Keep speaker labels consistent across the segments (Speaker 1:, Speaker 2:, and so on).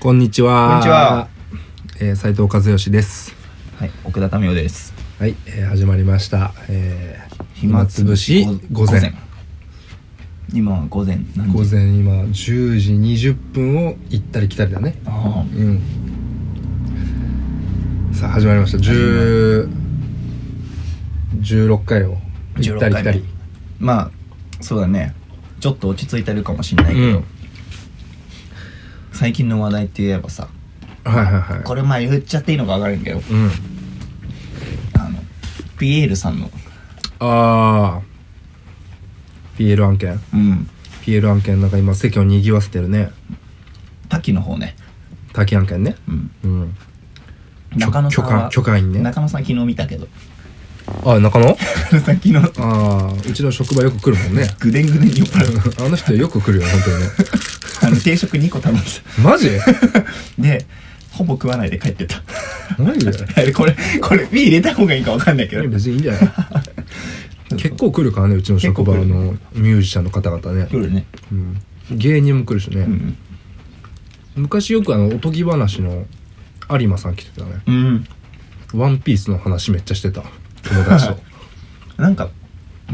Speaker 1: こんにちは。
Speaker 2: こんにちは。
Speaker 1: えー、斉藤和義です。
Speaker 2: はい、奥田民生です。
Speaker 1: はい、えー、始まりました。えー、暇つぶし午前。。
Speaker 2: 今は午前何時
Speaker 1: 午前今10時20分を行ったり来たりだね。
Speaker 2: あ
Speaker 1: うん。さあ始まりました。10 16回を
Speaker 2: あ、
Speaker 1: 行ったり来たり
Speaker 2: 16回目。まあ、そうだね。ちょっと落ち着いてるかもしれないけど、
Speaker 1: うん
Speaker 2: 最近の話題って言えばさ、
Speaker 1: はいはいはい。
Speaker 2: これまあ言っちゃっていいのか分からんけど、
Speaker 1: うん。
Speaker 2: あの、ピエールさんの、
Speaker 1: ああ。PL 案件。
Speaker 2: うん、
Speaker 1: PL 案件なんか今席を賑わせてるね。
Speaker 2: 滝の方ね、
Speaker 1: 滝案件ね。
Speaker 2: うん、
Speaker 1: うん。
Speaker 2: 中野さんは
Speaker 1: 許可許可員ね
Speaker 2: 中野さん昨日見たけど、
Speaker 1: あ、中野
Speaker 2: 中野さん昨日、
Speaker 1: ああ、うちの職場よく来るもんね。
Speaker 2: ぐでんぐでんに酔っ払う。
Speaker 1: あの人よく来るよ、本当にね。
Speaker 2: あの、定食2個頼んでた。
Speaker 1: マジ
Speaker 2: でほぼ食わないで帰ってた
Speaker 1: マジで
Speaker 2: これこれ B 入れた方がいいかわかんないけど
Speaker 1: 別にいいんじゃ ない結構来るからね、うちの職場のミュージシャンの方々ね。
Speaker 2: 夜ね
Speaker 1: うん、芸人も来るしね。
Speaker 2: うん
Speaker 1: 昔よくあの、おとぎ話の有馬さん来てたね。
Speaker 2: うん
Speaker 1: ワンピースの話めっちゃしてた。友達と。
Speaker 2: なんか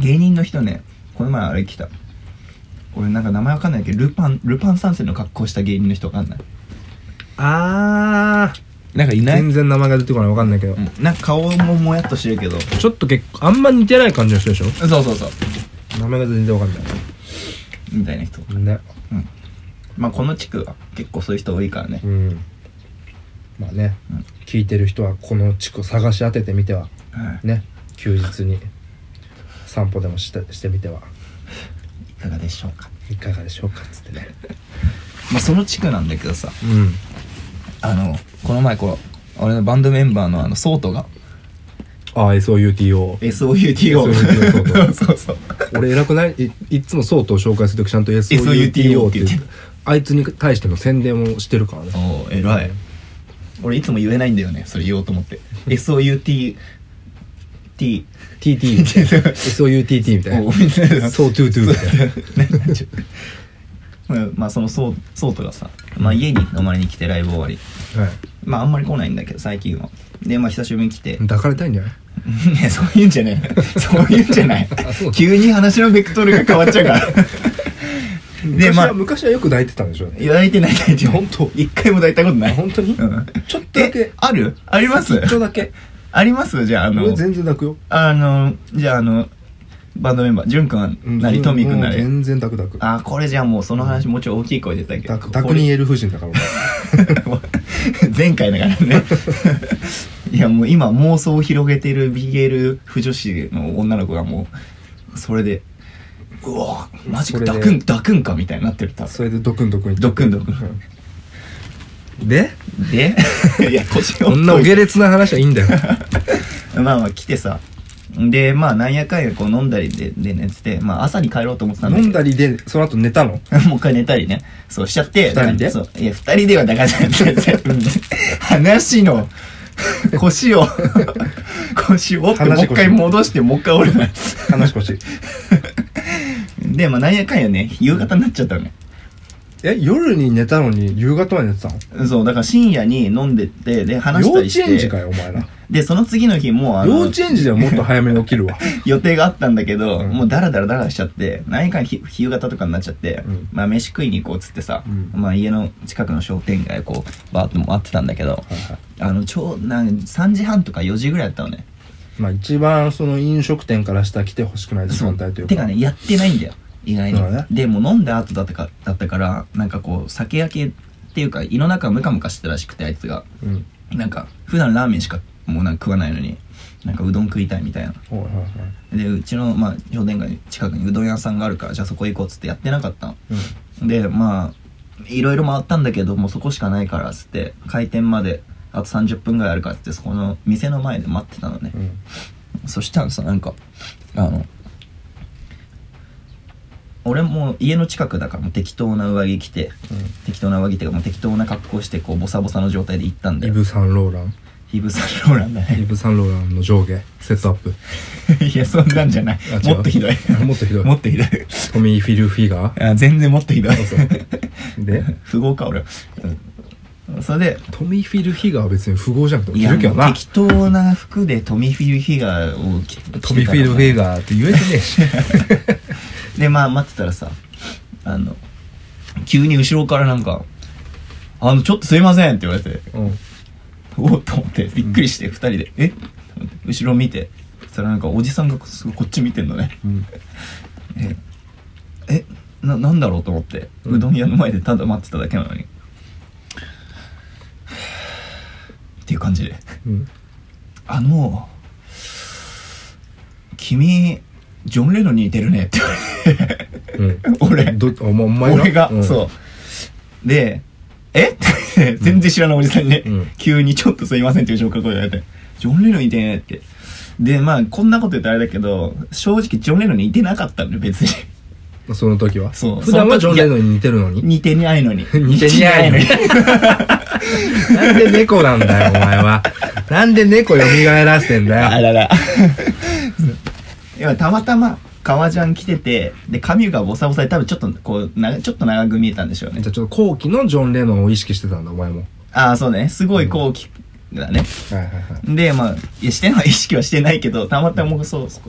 Speaker 2: 芸人の人ねこの前あれ来た俺なんか名前わかんないけどルパンルパン三世の格好した芸人の人わかんない
Speaker 1: あ
Speaker 2: なんかい
Speaker 1: ー。全然名前が出てこないわかんないけど、
Speaker 2: うんなんか顔ももやっとしてるけど
Speaker 1: ちょっと結構あんま似てない感じの人でしょ
Speaker 2: そうそうそう
Speaker 1: 名前が全然わかん
Speaker 2: みたいな人
Speaker 1: ないね
Speaker 2: まあこの地区は結構そういう人多いからね
Speaker 1: うんまあね、
Speaker 2: うん
Speaker 1: 聞いてる人はこの地区を探し当ててみては
Speaker 2: はい
Speaker 1: ね休日に散歩でもしてしてみてはい
Speaker 2: かがでしょうか
Speaker 1: いかがでしょうかっつってね
Speaker 2: まあその地区なんだけどさ
Speaker 1: うん
Speaker 2: あのこの前こう俺のバンドメンバーのあのソートが
Speaker 1: ああ SOUTO
Speaker 2: SOUTO そうそう
Speaker 1: 俺偉くないいいっつもソートを紹介するときちゃんと SOUTO って言って
Speaker 2: SOUTO
Speaker 1: あいつに対しての宣伝をしてるからね
Speaker 2: おお偉い俺いつも言えないんだよねそれ言おうと思って SOUT T
Speaker 1: TT みたいな SOUTT みたい
Speaker 2: お
Speaker 1: な
Speaker 2: みたいな
Speaker 1: そうトゥートゥーみた
Speaker 2: いなまあそのソーソートがさ、まあ、家に泊まりに来てライブ終わり
Speaker 1: は
Speaker 2: まああんまり来ないんだけど最近はでまあ久しぶりに来て
Speaker 1: い抱かれたいんじゃない
Speaker 2: ね そういうんじゃないそういうんじゃない
Speaker 1: あそう
Speaker 2: 急に話のベクトルが変わっちゃう からで
Speaker 1: 昔
Speaker 2: まあ
Speaker 1: は昔はよく抱いてたんでしょ
Speaker 2: 抱いてない抱いてない
Speaker 1: 本当
Speaker 2: 一回も抱いたことない
Speaker 1: 本当に
Speaker 2: うん
Speaker 1: ちょっとだけ
Speaker 2: えあるあります
Speaker 1: ちょっとだけ
Speaker 2: ありますじゃああ
Speaker 1: 俺
Speaker 2: の
Speaker 1: 全然抱くよ
Speaker 2: あのじゃああのバンドメンバー潤くんなりトミーくんな
Speaker 1: もう
Speaker 2: り
Speaker 1: 全然ダクダク
Speaker 2: あこれじゃあもうその話もうちょい大きい声で言った
Speaker 1: ダ
Speaker 2: け
Speaker 1: ク
Speaker 2: ど
Speaker 1: ダク
Speaker 2: これ
Speaker 1: に言える夫人だから
Speaker 2: 前回だからね いやもう今妄想を広げてる BL 不女子の女の子がもうそれでうわマジか
Speaker 1: それで
Speaker 2: ダクンダクンかみたいになってる多分
Speaker 1: それでドクンドクン
Speaker 2: ドクンドクン
Speaker 1: ンで
Speaker 2: で いや腰を
Speaker 1: こんなお下劣な話はいいんだよ
Speaker 2: まあまあ来てさでまあなんやかんやこう飲んだりでで寝てて、まあ、朝に帰ろうと思ってたん だ
Speaker 1: 飲
Speaker 2: け
Speaker 1: ん
Speaker 2: ど
Speaker 1: だりでその後寝たの
Speaker 2: もう一回寝たりねそうしちゃって
Speaker 1: 二人で
Speaker 2: そういや二人ではだから話 の腰を腰を折ってもう
Speaker 1: 話腰
Speaker 2: 一回戻してもう一回折るな
Speaker 1: 話腰
Speaker 2: でまあなんやかんやね夕方になっちゃったのね
Speaker 1: え夜に寝たのに夕方まで寝てたの
Speaker 2: そうだから深夜に飲んでってで話
Speaker 1: 幼
Speaker 2: したりし
Speaker 1: 稚
Speaker 2: て
Speaker 1: 園児かよお前ら
Speaker 2: でその次の日もうあの
Speaker 1: 幼稚園児ではもっと早めに起きる わ
Speaker 2: 予定があったんだけど、
Speaker 1: うん
Speaker 2: もうダラダラダラしちゃって何かひ夕方とかになっちゃって、
Speaker 1: うん
Speaker 2: まあ飯食いに行こうっつってさ、
Speaker 1: うん
Speaker 2: まあ家の近くの商店街こうバーッと回ってたんだけど、
Speaker 1: はいはい
Speaker 2: あのちょうなん3時半とか4時ぐらいだったのね
Speaker 1: まあ一番その飲食店からしたら来てほしくない時間帯というか
Speaker 2: てかねやってないんだよ意外に、
Speaker 1: そうだね
Speaker 2: でも飲んだ後だったかだったからなんかこう酒焼けっていうか胃の中ムカムカしてたらしくてあいつが
Speaker 1: うん
Speaker 2: なんか普段ラーメンしかもうなんか食わないのになんかうどん食いたいみたいな
Speaker 1: はいはいはい
Speaker 2: でうちの、まあ、商店街近くにうどん屋さんがあるからじゃあそこ行こうっつってやってなかったの
Speaker 1: う
Speaker 2: でまあいろいろ回ったんだけどもうそこしかないからっつって開店まであと30分ぐらいあるからっつってそこの店の前で待ってたのね
Speaker 1: んうん
Speaker 2: そしたらさなんかあの俺も家の近くだからもう適当な上着着て適当な上着っていうかもう適当な格好してこうボサボサの状態で行ったん
Speaker 1: うん
Speaker 2: だ
Speaker 1: イ
Speaker 2: よ
Speaker 1: ブ・サンローラン
Speaker 2: イブ・サンローランだ
Speaker 1: イ
Speaker 2: ね
Speaker 1: ブ・サンローランの上下セットアップ
Speaker 2: いやそんなんじゃない
Speaker 1: あ違う
Speaker 2: もっとひどい
Speaker 1: もっとひどい
Speaker 2: もっとひどい
Speaker 1: トミー・フィル・フィガー
Speaker 2: あ全然もっとひどい
Speaker 1: そうで
Speaker 2: 不合か俺、うんそれで
Speaker 1: トミー・フィル・ヒガーは別に富豪じゃなくても
Speaker 2: い
Speaker 1: 着
Speaker 2: や
Speaker 1: るけど
Speaker 2: もう
Speaker 1: な
Speaker 2: 適当な服でトミー・フィル・ヒガーを着て
Speaker 1: トミー・フィル・ヒガーって言えてねえし
Speaker 2: でまあ待ってたらさあの急に後ろからなんか「あのちょっとすいません」って言われて
Speaker 1: うん
Speaker 2: おっと思ってびっくりして2人で「えっ?」後ろ見てそしたらなんかおじさんがすごいこっち見てんのね
Speaker 1: うん
Speaker 2: ええななんだろうと思って
Speaker 1: うん
Speaker 2: うどん屋の前でただ待ってただけなのに、っていう感じで
Speaker 1: うん
Speaker 2: あの君ジョン・レノンに似てるねって言われて
Speaker 1: うん
Speaker 2: 俺
Speaker 1: どお前お前
Speaker 2: 俺が、
Speaker 1: うん
Speaker 2: そうでえ って全然知らないおじさんに、
Speaker 1: うん
Speaker 2: 急に「ちょっとすいません」っていう紹介声をやって「ジョン・レノン似てね」ってでまあこんなこと言ったらあれだけど正直ジョン・レノンに似てなかったんで別に
Speaker 1: その時は
Speaker 2: そう
Speaker 1: 普段はジ
Speaker 2: そ
Speaker 1: ョン・
Speaker 2: の時は
Speaker 1: レノンに似てるのに
Speaker 2: 似てないのに
Speaker 1: 似てないのになんで猫なんだよお前はなんで猫蘇らせてんだ
Speaker 2: あ
Speaker 1: よ
Speaker 2: ら らいやたまたま革ジャン着ててで髪がボサボサで多分ちょっとこうなちょっと長く見えたんでしょうね
Speaker 1: じゃあちょっと後期のジョン・レノンを意識してたんだお前も
Speaker 2: ああそうねすごいこうきだね、
Speaker 1: はいはいはい
Speaker 2: でまあいやしてない意識はしてないけどたまたまそうそう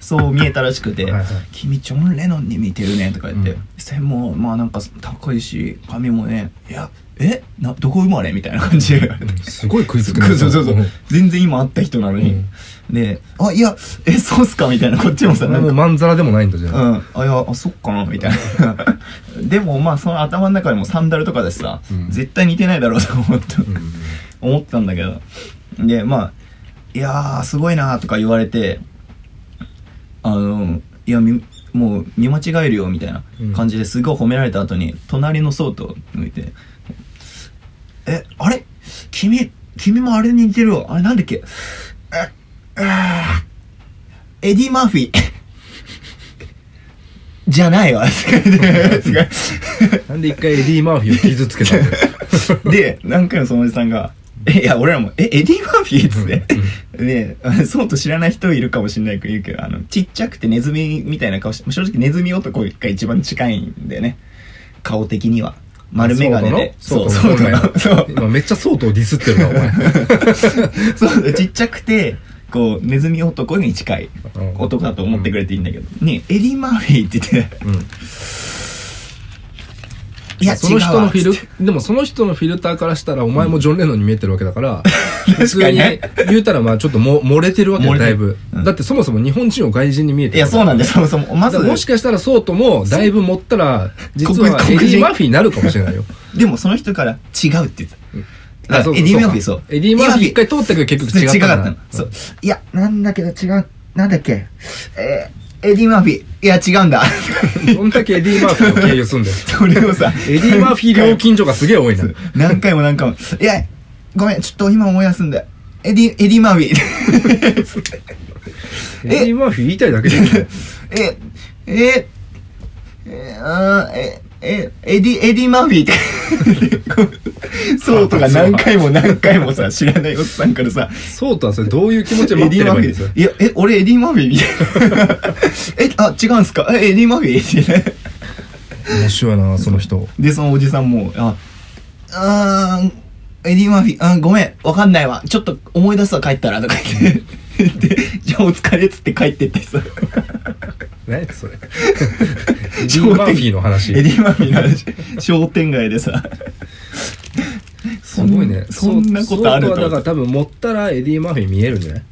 Speaker 2: そう見えたらしくて「
Speaker 1: はいはい
Speaker 2: 君ジョン・レノンに似てるね」とか言って、
Speaker 1: うん
Speaker 2: 背もまあなんか高いし髪もね「いやえなどこ生まれ?」みたいな感じで言われて
Speaker 1: すごい食いつくね
Speaker 2: そうそうそう、
Speaker 1: ん
Speaker 2: 全然今会った人なのに、で「あいやえそうっすか」みたいなこっちもさ
Speaker 1: お前
Speaker 2: な
Speaker 1: も
Speaker 2: んか
Speaker 1: うまんざらでもないんだじゃ
Speaker 2: う
Speaker 1: あ
Speaker 2: ん、あいやあそっかなみたいな でもまあその頭の中でもサンダルとかだしさ、
Speaker 1: うん
Speaker 2: 絶対似てないだろうと思って、
Speaker 1: うん
Speaker 2: 思ったんだけどでまあ「いやーすごいな」とか言われてあの「いやみもう見間違えるよ」みたいな感じですごい褒められた後に隣のソートを向いて「えあれ君君もあれに似てるわあれなんだっけえあーエディ・マーフィー じゃないわ」
Speaker 1: なんで一回エディ・マーフィーを傷つけたんだよ
Speaker 2: で何回もそのおじさんが「えいや俺らもえエディ・マーフィー」っつってであのそうと知らない人いるかもしれないけど言うけどあのちっちゃくてネズミみたいな顔して正直ネズミ男が一番近いんだよね顔的には丸眼鏡で
Speaker 1: そう
Speaker 2: そ
Speaker 1: そうう
Speaker 2: そうそ
Speaker 1: そうう今めっちゃソートをディスってるなお前
Speaker 2: そうちっちゃくてこうネズミ男に近い
Speaker 1: うん
Speaker 2: 男だと思ってくれていいんだけど、ねエディ・マーフィーって言って
Speaker 1: うん
Speaker 2: 「いや違う
Speaker 1: その
Speaker 2: わ」
Speaker 1: 人のフ
Speaker 2: っつって
Speaker 1: ィル、でもその人のフィルターからしたら、お前もジョン・レノンに見えてるわけだから、
Speaker 2: 確かにね
Speaker 1: 普通に言うたら、まあちょっとも漏れてるわけ
Speaker 2: 漏
Speaker 1: よ
Speaker 2: れて
Speaker 1: だいぶ
Speaker 2: うん。
Speaker 1: だってそもそも日本人を外人に見えて
Speaker 2: いやそうなんでそもそもま
Speaker 1: だ
Speaker 2: ず
Speaker 1: からもしかしたらソートも、だいぶ持ったら、実は
Speaker 2: 黒
Speaker 1: エ
Speaker 2: 人
Speaker 1: ディ・マーフィーになるかもしれ ないよ。
Speaker 2: でもその人から違うって言ってた。
Speaker 1: あ
Speaker 2: だ
Speaker 1: そ
Speaker 2: か
Speaker 1: う
Speaker 2: ら
Speaker 1: か
Speaker 2: エディ・マーフィーそ
Speaker 1: そう
Speaker 2: う
Speaker 1: か。エディマーフィー一回通ったけど結局違った
Speaker 2: 違
Speaker 1: んだ
Speaker 2: かったの。そう。いや、なんだけど違う、なんだっけ。えーエディ・マーフィー。いや、違うんだ。
Speaker 1: どんだけエディ・マーフィーを経由すんだよ。
Speaker 2: それをさ、
Speaker 1: エディ・マーフィー料金所がすげえ多いな。
Speaker 2: 何回も何回も。いや、ごめん、ちょっと今思い出すんだ。エディ、エディ・マーフィー。
Speaker 1: エ ディ・マーフィー言いたいだけじゃん。
Speaker 2: え、え、え、あーえ、え、エディ、エディ・マーフィー って。そうとか何回も何回もさ、知らないおっさんからさ、
Speaker 1: ソートはそれどういう気持ちで
Speaker 2: エ
Speaker 1: 待っ
Speaker 2: デ
Speaker 1: てれ
Speaker 2: ィ・マ
Speaker 1: ば
Speaker 2: ー
Speaker 1: いいんです
Speaker 2: フィ
Speaker 1: よ
Speaker 2: ー。いや、え、俺エディ・マーフィーみたいな。 え、あ、違うんすかえ、エディ・マーフィーってね
Speaker 1: 面白いな、その人。
Speaker 2: で、そのおじさんも、あ、あーんエディ・マーフィー、あーごめん、わかんないわ。ちょっと思い出すわ、帰ったら、とか言って。で、じゃあお疲れっつって帰ってってさ。
Speaker 1: 何 それ。エディ・マーフィーの話。
Speaker 2: エディ・マーフィーの話。商店街でさ。
Speaker 1: すごいね。
Speaker 2: そんなことある
Speaker 1: ソートはだから
Speaker 2: と。
Speaker 1: 多分持ったらエディ・マーフィー見えるんじゃない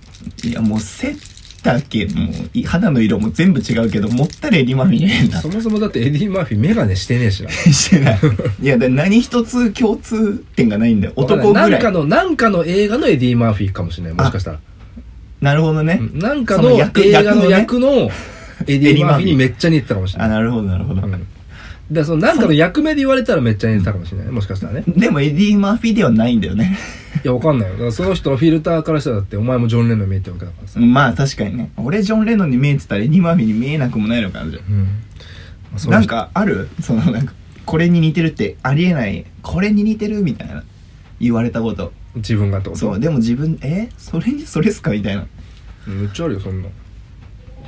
Speaker 2: いや、もう背丈も、い肌の色も全部違うけど、持ったらエディ・マーフィーに見えんだ
Speaker 1: そ。もそもだってエディ・マーフィーメガネしてねえしな。
Speaker 2: し てない。いや、だから何一つ共通点がないんだよ。男ぐらい。
Speaker 1: なんかの、なんかの映画のエディ・マーフィーかもしれない。もしかしたら。
Speaker 2: なるほどね。
Speaker 1: うんなんか
Speaker 2: そ
Speaker 1: の
Speaker 2: の
Speaker 1: 映
Speaker 2: 役
Speaker 1: 画の
Speaker 2: 役
Speaker 1: 役のエディ・マーフィーにめっちゃ似てたかもしれ
Speaker 2: あ、
Speaker 1: ない。
Speaker 2: なるほど、なるほど。
Speaker 1: うんだからそのなんかの役目で言われたらめっちゃ似てたかもしれない。もしかしたらね。
Speaker 2: でも、エディ・マーフィーではないんだよね。
Speaker 1: いや、わかんないよ。だからその人のフィルターからしたらだってお前もジョン・レノン見えてるわけだからさ。
Speaker 2: まあ、確かにね。俺、ジョン・レノンに見えてたら、エディ・マーフィーに見えなくもないのかな、じゃあ
Speaker 1: うんまあその人
Speaker 2: なんか、あるその、なんか、これに似てるってありえない。これに似てるみたいな。言われたこと。
Speaker 1: 自分がってこと
Speaker 2: そう、でも自分、えそれに、それっすかみたいな。
Speaker 1: めっちゃあるよそんな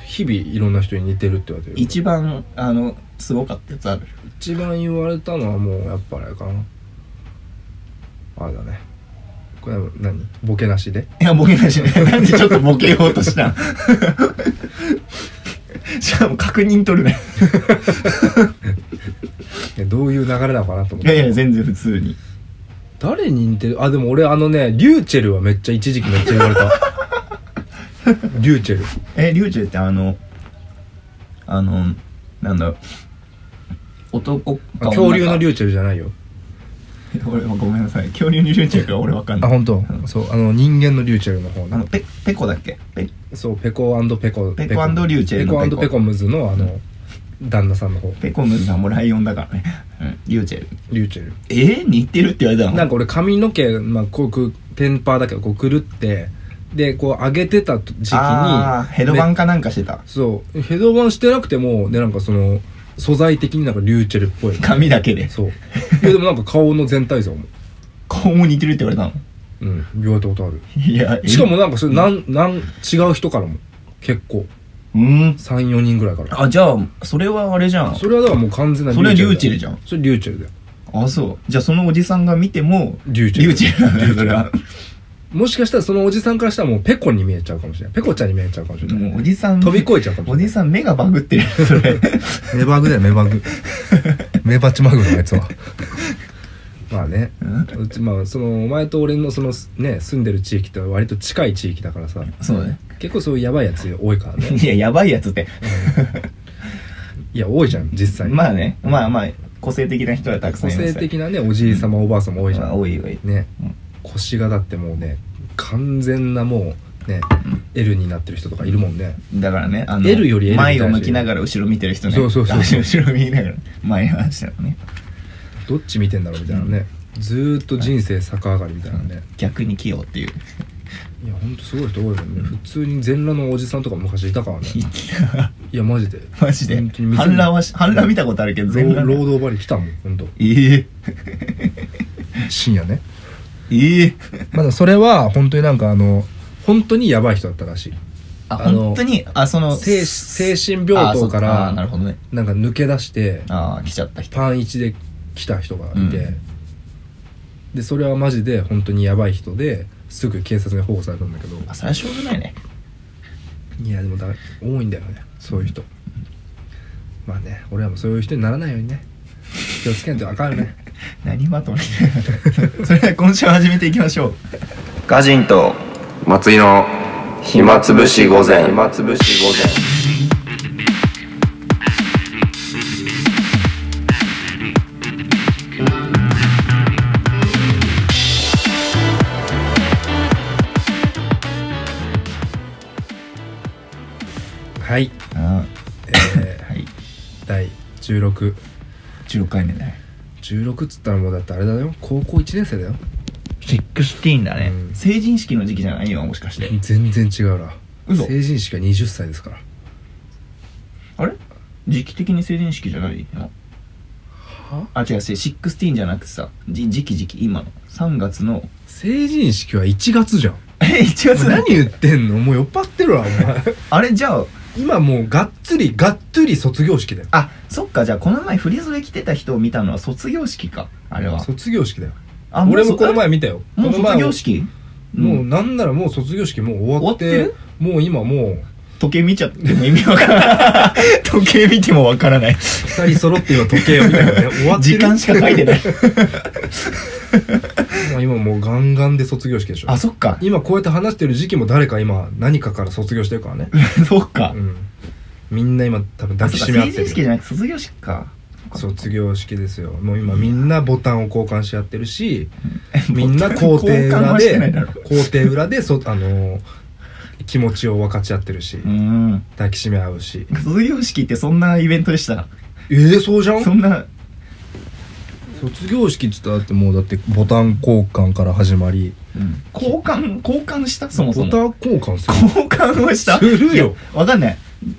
Speaker 1: 日々いろんな人に似てるって言われてる
Speaker 2: 一番、あの、すごかったやつある。
Speaker 1: 一番言われたのはもうやっぱあれかなあれだねこれは何ボケなしで
Speaker 2: いや、ボケないしね。 なんでちょっとボケようとしたん しかも確認取るね。
Speaker 1: いやどういう流れなのかなと思っ
Speaker 2: いや
Speaker 1: て
Speaker 2: いや、全然普通に。
Speaker 1: 誰に似てるあでも俺あのねリューチェルはめっちゃ一時期めっちゃ言われ たリューチェル
Speaker 2: え、リュウチェってあの、あの、なんだろう、男か
Speaker 1: あ恐竜のリ
Speaker 2: ュ
Speaker 1: ューチェルじゃないよ
Speaker 2: 俺はごめんなさい。恐竜のリュウチェか俺わかんな
Speaker 1: あ
Speaker 2: い。
Speaker 1: 本当
Speaker 2: ん
Speaker 1: そうあの人間のリューチェルの方
Speaker 2: あ
Speaker 1: な
Speaker 2: の、ペ、ペコだっけペ
Speaker 1: そうペコペコ
Speaker 2: ペコリューチェルの
Speaker 1: ペコ
Speaker 2: ペコ
Speaker 1: ペコムズのあの旦那さんの方
Speaker 2: ペコムズはもうライオンだからね。うん、リュウチェル。
Speaker 1: リューチェル
Speaker 2: えー似てるって言われたの
Speaker 1: なんか俺髪の毛、まあ、こうくテンパーだけどこうくるってでこう上げてた時期
Speaker 2: あ
Speaker 1: に
Speaker 2: ーヘドバ
Speaker 1: め
Speaker 2: ンかなんかしてた。
Speaker 1: そうヘドバンしてなくてもでなんかその素材的になんかリューチェルっ ぽい
Speaker 2: 髪だけで。
Speaker 1: そういやでもなんか顔の全体像も
Speaker 2: 顔も似てるって言われたの
Speaker 1: うん言われたことある
Speaker 2: いや、え
Speaker 1: しかも、なんかそれなんなん違う人からも結構
Speaker 2: うん。
Speaker 1: 34人ぐらいから
Speaker 2: あ、じゃあ、それはあれじゃん。
Speaker 1: それはだからもう完全な
Speaker 2: それはリュウチェ
Speaker 1: ル
Speaker 2: ルじゃん。
Speaker 1: それリューチェルだよ
Speaker 2: あ、そう。じゃあそのおじさんが見ても、
Speaker 1: リュウチェル
Speaker 2: リュウチェルなんだよ、それは。
Speaker 1: もしかしたらそのおじさんからしたらもうペコに見えちゃうかもしれないペコちゃんに見えちゃうかもしれない、
Speaker 2: もうおじさん、
Speaker 1: 飛び越えちゃうかもし
Speaker 2: お
Speaker 1: れない
Speaker 2: じさん目がバグってるよ、それ。
Speaker 1: 目バグだよ目バグ目バチマグのやつはまあね
Speaker 2: う
Speaker 1: うちまあそのお前と俺のそのね住んでる地域って割と近い地域だからさ
Speaker 2: そうね。
Speaker 1: 結構 そういうやばいやつ多いからね
Speaker 2: いや、やばいやつって。
Speaker 1: いや多いじゃん実際、
Speaker 2: まあね、まあまあ、個性的な人はたくさ
Speaker 1: 個
Speaker 2: んいます
Speaker 1: 性的なねおじいさまおばあさんも多いじゃ
Speaker 2: まあ
Speaker 1: ん
Speaker 2: 多い多い。
Speaker 1: ね
Speaker 2: うん
Speaker 1: 腰がだってもうね完全なもうね L になってる人とかいるもんね
Speaker 2: だからね、あの、
Speaker 1: L より L みたいな
Speaker 2: 前を向きながら後ろ見てる人ね。
Speaker 1: そうそうそう
Speaker 2: 足後ろ見ながら、前話したのね。
Speaker 1: どっち見てんだろうみたいなね、ずーっと人生逆上がりみたいなね、
Speaker 2: 逆に器用っていう。
Speaker 1: いやほんとすごい人多いもんね普通に全裸のおじさんとか昔いた からねいやマジで
Speaker 2: マジで。
Speaker 1: 本当に店
Speaker 2: 反乱はし、反乱見たことあるけど、全
Speaker 1: 労
Speaker 2: 然。
Speaker 1: 労働場に来たもんほんと
Speaker 2: ええ
Speaker 1: 深夜ね
Speaker 2: ええ
Speaker 1: まだそれは本当になんかあの本当にやばい人だったらしい
Speaker 2: あ、
Speaker 1: あの
Speaker 2: 本当に、あ、その、
Speaker 1: 精精神病棟から
Speaker 2: あそっあなるほどね。
Speaker 1: なんか抜け出して
Speaker 2: ああ、来ちゃった人。
Speaker 1: パン1で来た人がいて、
Speaker 2: うん
Speaker 1: でそれはマジで本当にやばい人ですぐ警察に保護されたんだけど
Speaker 2: あ、それはしょうがないね。
Speaker 1: いやでもだ多いんだよねそういう人まあね俺らもそういう人にならないようにね気をつけんとあかんよね
Speaker 2: 何まとめ それでは今週始めていきましょう。
Speaker 3: ガジンと
Speaker 4: 松井の暇つぶし午前暇つぶし午前
Speaker 1: はい、
Speaker 2: あ
Speaker 1: え
Speaker 2: あ、はい。
Speaker 1: ー、第1616
Speaker 2: 16回目だね。
Speaker 1: っつったらもうだってあれだよ高校1年生だよ
Speaker 2: 16だね
Speaker 1: うん。
Speaker 2: 成人式の時期じゃない今もしかして。
Speaker 1: 全然違うな
Speaker 2: 嘘
Speaker 1: 成人式が20歳ですから
Speaker 2: あれ時期的に成人式じゃないの
Speaker 1: は
Speaker 2: あ、違う、16じゃなくてさ、じ時期時期、今の。3月の。
Speaker 1: 成人式は1月じゃん
Speaker 2: え、1
Speaker 1: お
Speaker 2: 月
Speaker 1: 前何言ってんのもう酔っ払ってるわお前
Speaker 2: あれ、じゃあ、
Speaker 1: 今もうがっつりがっつり卒業式だよ
Speaker 2: あ、そっか、じゃあこの前振り袖着てた人を見たのは卒業式か。あれは。
Speaker 1: 卒業式だよ
Speaker 2: あ
Speaker 1: 俺も
Speaker 2: うそ
Speaker 1: この前見たよ
Speaker 2: もう
Speaker 1: この前
Speaker 2: 卒業式
Speaker 1: もう
Speaker 2: う
Speaker 1: なんならもう卒業式もう終わって
Speaker 2: 終わって
Speaker 1: もう今もう
Speaker 2: 時計見ちゃっても意味わからない。 時計見てもわからない。
Speaker 1: 二人揃って今時計を見たからね 終わってる
Speaker 2: 時間しか書い てない。
Speaker 1: もう今もうガンガンで卒業式でしょ
Speaker 2: あ、そっか。
Speaker 1: 今こうやって話してる時期も誰か今何かから卒業してるからね
Speaker 2: そっか
Speaker 1: う。んみんな今多分
Speaker 2: あ
Speaker 1: 抱き
Speaker 2: そっか
Speaker 1: しめ合っ
Speaker 2: 成
Speaker 1: て
Speaker 2: 人式じ
Speaker 1: る
Speaker 2: ゃなくて卒業式か。
Speaker 1: 卒業式ですよもう今みんなボタンを交換し合ってるしみんな校
Speaker 2: 交
Speaker 1: 庭
Speaker 2: 換
Speaker 1: 裏
Speaker 2: はしてない
Speaker 1: で
Speaker 2: だろ。
Speaker 1: 校庭裏でそあのー気持ちを分かち合ってるし
Speaker 2: うん。
Speaker 1: 抱きしめ合うし
Speaker 2: 卒業式ってそんなイベントでした。
Speaker 1: ええそうじゃん
Speaker 2: そんな、
Speaker 1: 卒業式っつったらだってもうだってボタン交換から始まり
Speaker 2: 交換、交換したそもそ
Speaker 1: ボタ
Speaker 2: も。
Speaker 1: ン交換 する
Speaker 2: 交換はした
Speaker 1: するよ
Speaker 2: いやわかんない。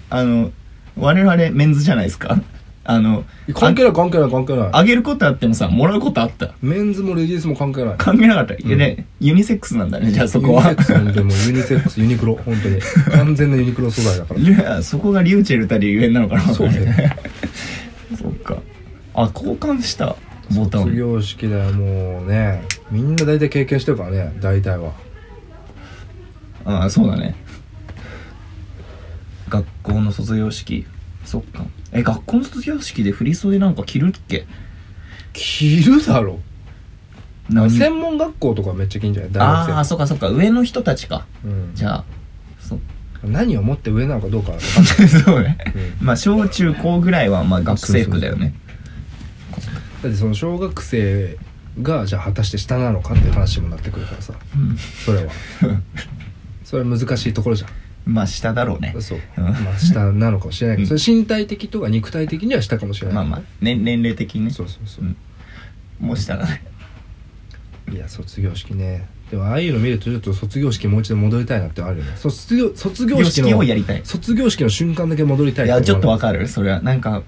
Speaker 2: あの、我々メンズじゃないですか。あの、
Speaker 1: 関係ない関係ない関係ない
Speaker 2: あげることあってもさ、もらうことあった。
Speaker 1: メンズもレディースも関係ない
Speaker 2: 関係なかった。いやね、ユニセックスなんだね、じゃあ そこは。
Speaker 1: ユニセックス本当にもうユニセックスユニクロ本 当に完全なユニクロ素材だから
Speaker 2: いや、そこがリューチェルたりゆえんなのかな。
Speaker 1: そう ね
Speaker 2: そっか。あ、交換した。ボタン。
Speaker 1: 卒業式だよもうねみんな大体経験してるからね大体は
Speaker 2: ああそうだね学校の卒業式そっかえ学校の卒業式で振り袖なんか着るっけ
Speaker 1: 着るだろ
Speaker 2: 何
Speaker 1: 専門学校とかめっちゃ着んじゃない大
Speaker 2: ああ
Speaker 1: 学生
Speaker 2: そっかそっか上の人たちか
Speaker 1: うん
Speaker 2: じゃあそ
Speaker 1: 何をもって上なのかどうかは分かんない
Speaker 2: そうね
Speaker 1: う
Speaker 2: まあ小中高ぐらいはまあ学生服だよね
Speaker 1: だってその小学生がじゃあ果たして下なのかっていう話にもなってくるからさそ れはそれは難しいところじゃん
Speaker 2: うんまあ下だろうね
Speaker 1: そう
Speaker 2: うん
Speaker 1: まあ下なのかもしれないけど、
Speaker 2: うん
Speaker 1: それ身体的とか肉体的には下かもしれない
Speaker 2: まあまあ年年齢的にね
Speaker 1: そうそうそう、
Speaker 2: うんもう下だね
Speaker 1: いや卒業式ねでもああいうの見るとちょっと卒業式もう一度戻りたいなってあるよね卒業卒業式の
Speaker 2: 卒業式をやりたい
Speaker 1: 卒業式の瞬間だけ戻りたい
Speaker 2: いやちょっとわ
Speaker 1: わ
Speaker 2: かるそれはなんか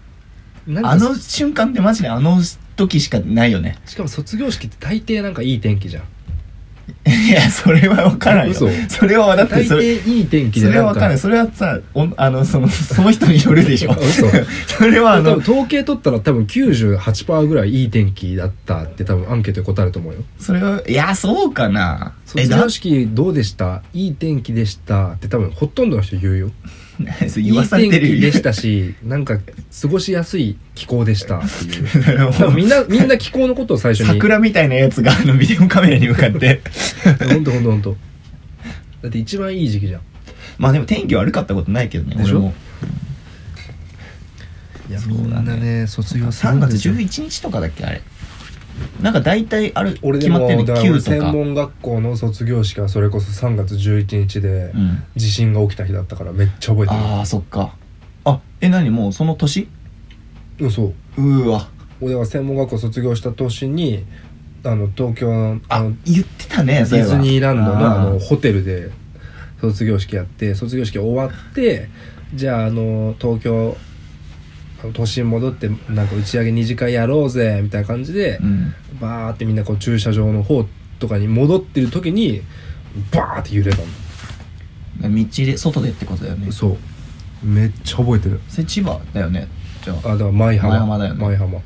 Speaker 1: なんか
Speaker 2: あの瞬間ってマジであの時しかないよね
Speaker 1: しかも卒業式って大抵なんかいい天気じゃん
Speaker 2: いや、それは分からんよ。
Speaker 1: 嘘
Speaker 2: それは、だって
Speaker 1: 大
Speaker 2: それ、
Speaker 1: 抵いい天気
Speaker 2: そ
Speaker 1: で
Speaker 2: れ
Speaker 1: な
Speaker 2: は
Speaker 1: ん
Speaker 2: 分からん。それはさ、おあの、その、 その人によるでしょ。
Speaker 1: 嘘
Speaker 2: それは、あ
Speaker 1: 多
Speaker 2: の
Speaker 1: 分、統計取ったら多分98%ぐらいいい天気だったって多分アンケートに答えると思うよ
Speaker 2: それは、いや、そうかな。え、
Speaker 1: 卒
Speaker 2: だ
Speaker 1: 業、式どうでしたいい天気でしたって多分ほとんどの人言うよ
Speaker 2: そう言わされて
Speaker 1: いい
Speaker 2: る
Speaker 1: 天気で
Speaker 2: よ
Speaker 1: し。たしなんか過ごしやすい気候でしたっていう 多分
Speaker 2: も う
Speaker 1: みんなみんな気候のことを最初に
Speaker 2: 桜みたいなやつが、あの、ビデオカメラに向 かって。
Speaker 1: ほんとほんとほんとだって一番いい時期じゃん
Speaker 2: まあでも、天気悪かったことないけどね、
Speaker 1: でしょ
Speaker 2: 俺も。
Speaker 1: いや
Speaker 2: そうだね
Speaker 1: 卒
Speaker 2: 3月11日とかだっけ、あれ。なんか、大体、ある、
Speaker 1: 俺で
Speaker 2: 決ま
Speaker 1: も
Speaker 2: ってる
Speaker 1: だから
Speaker 2: 9
Speaker 1: 専
Speaker 2: とか。
Speaker 1: 門学校の卒業式はそれこそ3月11日で
Speaker 2: うん。
Speaker 1: 地震が起きた日だったからめっちゃ覚えてる
Speaker 2: ああ、そっか。あ、え、何もう、その年
Speaker 1: うんそう
Speaker 2: うーわ。
Speaker 1: 俺は専門学校卒業した年にあの東京のあ
Speaker 2: あ
Speaker 1: の、
Speaker 2: 言ってたね、
Speaker 1: デ
Speaker 2: それ
Speaker 1: ィ
Speaker 2: は
Speaker 1: ズニーランドのあの
Speaker 2: ー
Speaker 1: ホテルで卒業式やって卒業式終わってじゃああの東京あの都心戻ってなんか打ち上げ二次会やろうぜみたいな感じで、
Speaker 2: うん。
Speaker 1: バーってみんなこう駐車場の方とかに戻ってる時にバーって揺れたの、
Speaker 2: 道で、外でってことだよね。
Speaker 1: そうめっちゃ覚えてる
Speaker 2: それ千葉だよね。じゃ
Speaker 1: あ
Speaker 2: あ、
Speaker 1: だから舞浜
Speaker 2: 舞浜だよね
Speaker 1: 舞浜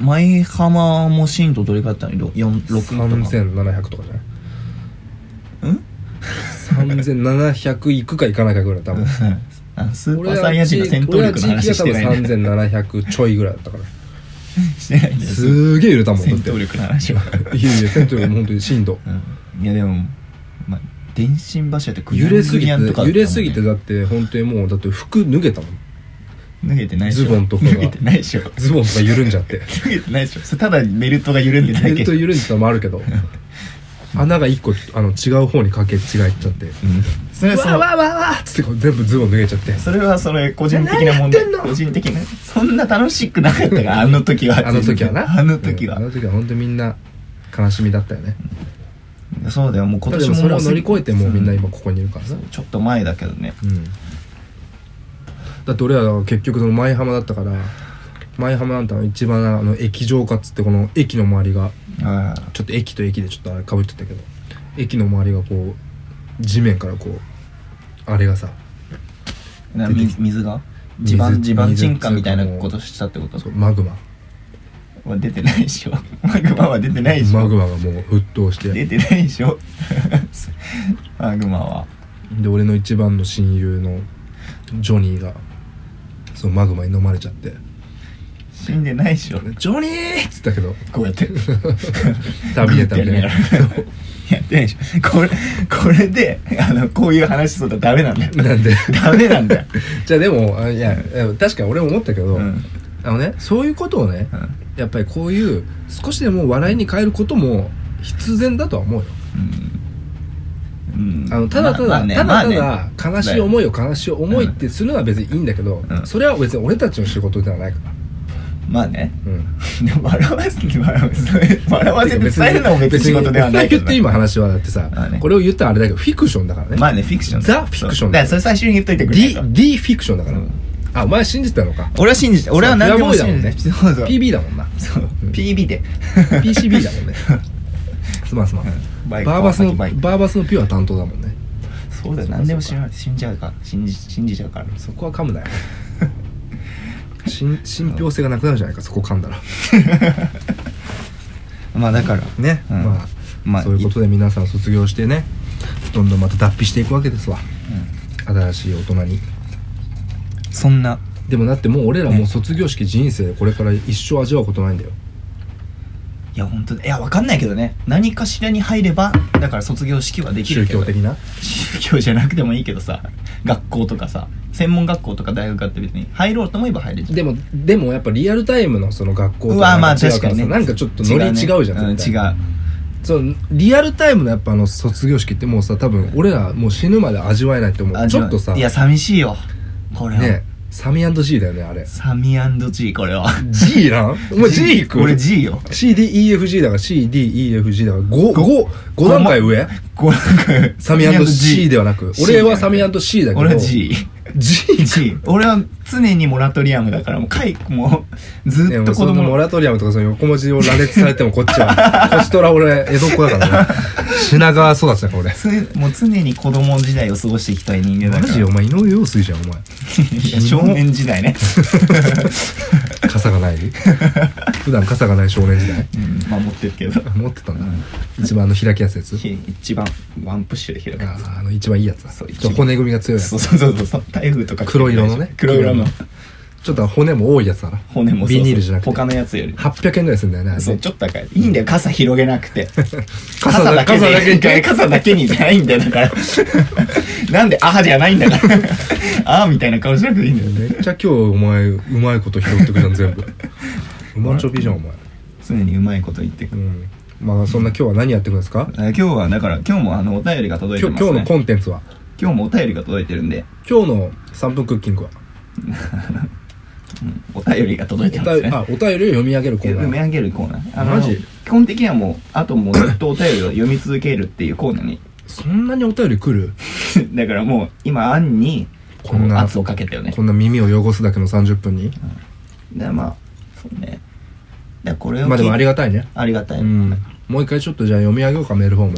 Speaker 2: 舞浜も震度どれくらいだったの ?4、6とか。
Speaker 1: 3700とかじゃない
Speaker 2: うん
Speaker 1: 3700行くか行かないかぐらい多分
Speaker 2: あのスーパーサイヤ人の戦闘力の話してないね。
Speaker 1: 俺は地域が多分3700ちょいぐらいだったから
Speaker 2: してないね。
Speaker 1: すーげえ揺れたもんだ
Speaker 2: 戦
Speaker 1: って
Speaker 2: 闘力の話は。
Speaker 1: いやいや戦闘力も本当に震 度
Speaker 2: うんいやでも、まあ、電信柱ってクリア
Speaker 1: 揺
Speaker 2: ン
Speaker 1: れすぎ
Speaker 2: クリ
Speaker 1: て
Speaker 2: アンとかだったもんね
Speaker 1: 揺れすぎてだって本当にもうだって服脱げたもん
Speaker 2: 脱げてないでしょ。
Speaker 1: ズボンとかが
Speaker 2: 脱げてないでしょ。
Speaker 1: ズボンとか緩んじゃって
Speaker 2: 脱げてないでしょ。それただベルトが緩んでない
Speaker 1: ず
Speaker 2: け
Speaker 1: っと
Speaker 2: ど。
Speaker 1: 緩んでたのもあるけ ど穴が一個あの違う方にかけ違えちゃって
Speaker 2: うんそれはそ
Speaker 1: わ
Speaker 2: の
Speaker 1: わわわっつってこう全部ズボン脱げちゃって
Speaker 2: それはそれ個人的な
Speaker 1: 何やっ
Speaker 2: 問題
Speaker 1: てんの
Speaker 2: 個人的なそんな楽しくなかったからあの時は
Speaker 1: あの時はな
Speaker 2: あの時は
Speaker 1: うんあの時は本当にみんな悲しみだったよね
Speaker 2: そうだよもう今
Speaker 1: で
Speaker 2: 年
Speaker 1: も
Speaker 2: も
Speaker 1: それを乗り越えてもうみんな
Speaker 2: う
Speaker 1: 今ここにいるからな
Speaker 2: ちょっと前だけどね
Speaker 1: うんだって俺らは結局その舞浜だったから舞浜なんてあの一番あの駅上かっつってこの駅の周りが
Speaker 2: あ
Speaker 1: ちょっと駅と駅でちょっとあれかぶっちゃったけど駅の周りがこう地面からこうあれがさ
Speaker 2: あな
Speaker 1: 出てき
Speaker 2: 水水が地盤
Speaker 1: 水
Speaker 2: 地盤
Speaker 1: 水
Speaker 2: 沈下みたいなことしたってこと
Speaker 1: そうマグマ
Speaker 2: は出てないでしょ マグマは出てないでしょ
Speaker 1: マグマがもう沸騰して
Speaker 2: 出てないでしょ マグマは
Speaker 1: で俺の一番の親友のジョニーがそのマグマに飲まれちゃって
Speaker 2: 死んでないでしょ
Speaker 1: 「ジョニー!」っつったけど
Speaker 2: こうやって
Speaker 1: 旅ビエタみたいな
Speaker 2: やってないでしょこれこれであのこういう話するとダメなんだよ
Speaker 1: なんで
Speaker 2: ダメなんだよ、
Speaker 1: じゃあでもあいやいや確かに俺も思ったけど、
Speaker 2: うん
Speaker 1: あのねそういうことをね、
Speaker 2: うん
Speaker 1: やっぱりこういう少しでも笑いに変えることも必然だとは思うよ
Speaker 2: うん
Speaker 1: あのただただ、
Speaker 2: まあまあね
Speaker 1: ただただ、
Speaker 2: まあね
Speaker 1: 悲しい思いを悲しい思いってするのは別にいいんだけど、
Speaker 2: うん
Speaker 1: それは別に俺たちの仕事ではないから、
Speaker 2: まあね
Speaker 1: うん、
Speaker 2: でも笑わせて笑わせ笑わせて伝えるのも別に仕事ではないけ
Speaker 1: 別に言
Speaker 2: ど
Speaker 1: って今話はだってさ、
Speaker 2: まあね
Speaker 1: これを言ったらあれだけどフィクションだからね、
Speaker 2: まあねフィクション
Speaker 1: ザフィクション
Speaker 2: だからそれ最初に言っといてくれない
Speaker 1: D,
Speaker 2: と
Speaker 1: D フィクションだから、
Speaker 2: うん
Speaker 1: あお前信じてたのか
Speaker 2: 俺は信じて俺は何でも
Speaker 1: そうフィアボーイだ
Speaker 2: 信じ
Speaker 1: もんね
Speaker 2: てそうそう
Speaker 1: PB だもん な
Speaker 2: そう
Speaker 1: うん
Speaker 2: PB で
Speaker 1: PCB だもんねすまんすまん、
Speaker 2: うんバ
Speaker 1: バ
Speaker 2: イ
Speaker 1: ー
Speaker 2: ク
Speaker 1: バスの
Speaker 2: バ
Speaker 1: バ
Speaker 2: イク
Speaker 1: ーバスのピュア担当だもんね
Speaker 2: そうだ
Speaker 1: そう
Speaker 2: よ
Speaker 1: か
Speaker 2: 何でも信じ信じちゃうから信じ信じちゃうから
Speaker 1: そこは噛む なよ信信憑性がなくなるじゃないかそこ噛んだら
Speaker 2: まあだから
Speaker 1: ね、
Speaker 2: うん
Speaker 1: まあ、
Speaker 2: まあ
Speaker 1: そういうことで皆さん卒業してねどんどんまた脱皮していくわけですわ新しい大人に
Speaker 2: そんな
Speaker 1: でもだってもう俺らもう
Speaker 2: ね
Speaker 1: 卒業式人生これから一生味わうことないんだよ
Speaker 2: いや本当にいやわかんないけどね何かしらに入ればだから卒業式はできる
Speaker 1: 宗
Speaker 2: けど
Speaker 1: 教的な
Speaker 2: 宗教じゃなくてもいいけどさ学校とかさ専門学校とか大学だって別に入ろうと思えば入れちゃう
Speaker 1: でもでもやっぱリアルタイムのその学校と
Speaker 2: う
Speaker 1: か
Speaker 2: わ
Speaker 1: なん
Speaker 2: まあ
Speaker 1: 違う
Speaker 2: 確
Speaker 1: か
Speaker 2: からに
Speaker 1: さ
Speaker 2: ね
Speaker 1: なんかちょっとノリ違うじゃん
Speaker 2: ねうん、
Speaker 1: 絶
Speaker 2: 違
Speaker 1: 対
Speaker 2: う
Speaker 1: そのリアルタイムのやっぱあの卒業式ってもうさ多分俺らもう死ぬまで味わえないと思う
Speaker 2: あ
Speaker 1: ちょっとさ
Speaker 2: いや
Speaker 1: ね
Speaker 2: 寂しいよこれは、
Speaker 1: サミ &G だよねあれ
Speaker 2: サミ &G これは
Speaker 1: G なんお前 G 行く
Speaker 2: 俺 G よ
Speaker 1: CDEFG だから CDEFG だから5
Speaker 2: ご
Speaker 1: 五五段階上
Speaker 2: これ
Speaker 1: サミ &C ではなく
Speaker 2: C
Speaker 1: 俺はサミ &C だけど
Speaker 2: 俺は G
Speaker 1: G
Speaker 2: G 俺は常にモラトリアムだからもうかいもうず
Speaker 1: で
Speaker 2: っ
Speaker 1: も
Speaker 2: と子
Speaker 1: その
Speaker 2: 供
Speaker 1: モラトリアムとかその横文字を羅列されてもこっち はこちとら俺江戸っ子だからね品川育ちだから俺
Speaker 2: つもう常に子供時代を過ごしていきたい人間だ
Speaker 1: マ
Speaker 2: から
Speaker 1: ジお前井上陽水じゃんお前
Speaker 2: いや少年時代ね、
Speaker 1: 傘 がない普段傘がない少年時代
Speaker 2: うん、守ってるけど
Speaker 1: 持ってたんだ、一番あの開きやすいやつ
Speaker 2: ひ一番ワンプッシュで開
Speaker 1: あ
Speaker 2: くや
Speaker 1: ーあの一番いいやつだち
Speaker 2: そ
Speaker 1: ょ
Speaker 2: う
Speaker 1: っと骨組みが強い
Speaker 2: つ
Speaker 1: やつ
Speaker 2: そうそうそうそう台風とか
Speaker 1: 黒色のね
Speaker 2: 黒色の
Speaker 1: ちょっと骨も多いやつだな
Speaker 2: 骨もそうそ
Speaker 1: ビ
Speaker 2: う
Speaker 1: ニールじゃなくて
Speaker 2: 他のやつより
Speaker 1: 800円ぐらいするんだよねあれね
Speaker 2: そうちょっと高いいいんだよ傘広げなくて
Speaker 1: 傘だ
Speaker 2: 傘だ
Speaker 1: 傘
Speaker 2: け
Speaker 1: だけ
Speaker 2: に傘だけにじゃないんだよ だからなんで「あ」じゃないんだから あーみたいな顔しなくていいんだよ
Speaker 1: めっちゃ今日お前うまいこと拾ってくじゃん全 部うまちょびじゃんお前
Speaker 2: 常にうまいこと言ってく
Speaker 1: う
Speaker 2: る、
Speaker 1: んまあそんな今日は何やってくんですか
Speaker 2: あ今日はだから今日もあのお便りが届いて
Speaker 1: 今
Speaker 2: ま
Speaker 1: 日今
Speaker 2: すね
Speaker 1: 日のコンテンツは
Speaker 2: 今日もお便りが届いてるんで、
Speaker 1: 今日の3分クッキングは
Speaker 2: うんお便りが届いて
Speaker 1: お
Speaker 2: ま
Speaker 1: 便
Speaker 2: すね
Speaker 1: りあお便りを読み上げるコーナー
Speaker 2: 読み上げるコーナーあの
Speaker 1: マジ
Speaker 2: 基本的にはもうあともうずっとお便りを読み続けるっていうコーナーに
Speaker 1: そんなにお便り来る
Speaker 2: だからもう今アンにこ
Speaker 1: こん
Speaker 2: う
Speaker 1: な
Speaker 2: 圧をかけたよね
Speaker 1: こんな耳を汚すだけの30分に
Speaker 2: だからまあそうねだからこれを聞い
Speaker 1: まあでもありがたいね
Speaker 2: ありがたい、
Speaker 1: うんもう一回ちょっとじゃあ読み上げようかメールフォーム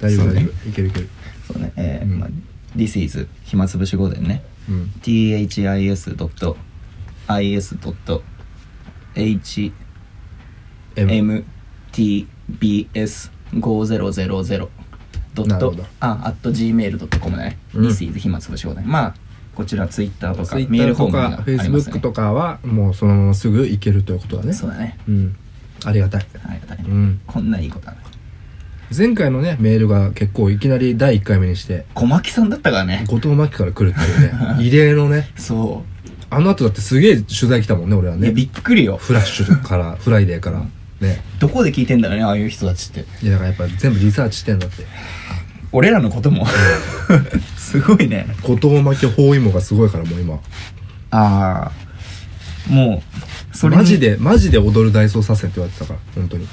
Speaker 1: 大丈
Speaker 2: そ
Speaker 1: 夫
Speaker 2: う
Speaker 1: 大
Speaker 2: ね
Speaker 1: 丈夫いけるいける
Speaker 2: そうねえー
Speaker 1: うん
Speaker 2: まあ、This is 暇つぶし午前ね
Speaker 1: うん
Speaker 2: THIS.is.hmtbs5000
Speaker 1: M
Speaker 2: ド
Speaker 1: な
Speaker 2: ッ
Speaker 1: る
Speaker 2: ト
Speaker 1: ほど
Speaker 2: あ、at gmail.com だね。
Speaker 1: うん
Speaker 2: This is 暇つぶしごね。まあ、こちらツイッターとか
Speaker 1: ツイ、
Speaker 2: メール
Speaker 1: ッタ
Speaker 2: フ
Speaker 1: ー
Speaker 2: ォ
Speaker 1: と
Speaker 2: ーム
Speaker 1: か
Speaker 2: が
Speaker 1: フェイス
Speaker 2: あり
Speaker 1: ブ
Speaker 2: ます
Speaker 1: ック
Speaker 2: ね。
Speaker 1: とかはもうそのまますぐいけるということだね
Speaker 2: そうだね。
Speaker 1: うんありがたい
Speaker 2: ありがたいね。
Speaker 1: うん
Speaker 2: こんないいことある。
Speaker 1: 前回のねメールが結構いきなり第1回目にして
Speaker 2: 小牧さんだったからね。
Speaker 1: 後藤真希から来るっていう ね異例のね
Speaker 2: そ
Speaker 1: あの後だってすげえ取材来たもんね俺は
Speaker 2: う。いや、
Speaker 1: ね
Speaker 2: びっくりよ。
Speaker 1: フラッシュからフライデーからね
Speaker 2: どこで聞いてんだろうね、ああいう人たちって。
Speaker 1: いやだからやっぱ全部リサーチしてんだって
Speaker 2: 俺らのこ とも。すごいね。
Speaker 1: 後藤真希包囲網がすごいからもう今
Speaker 2: ああ。もう、それに
Speaker 1: マジでマジで踊る大捜査線って言われてたから本当にい